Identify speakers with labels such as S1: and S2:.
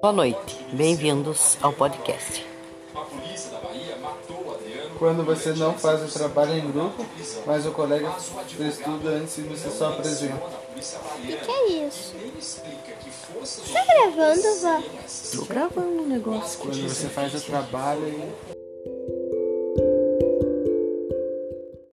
S1: Boa noite, bem-vindos ao podcast.
S2: Quando você não faz o trabalho em grupo, mas o colega estuda antes e você só apresenta.
S3: O que é isso? Tá gravando, vó?
S1: Tô gravando um negócio.
S2: Quando você faz o trabalho e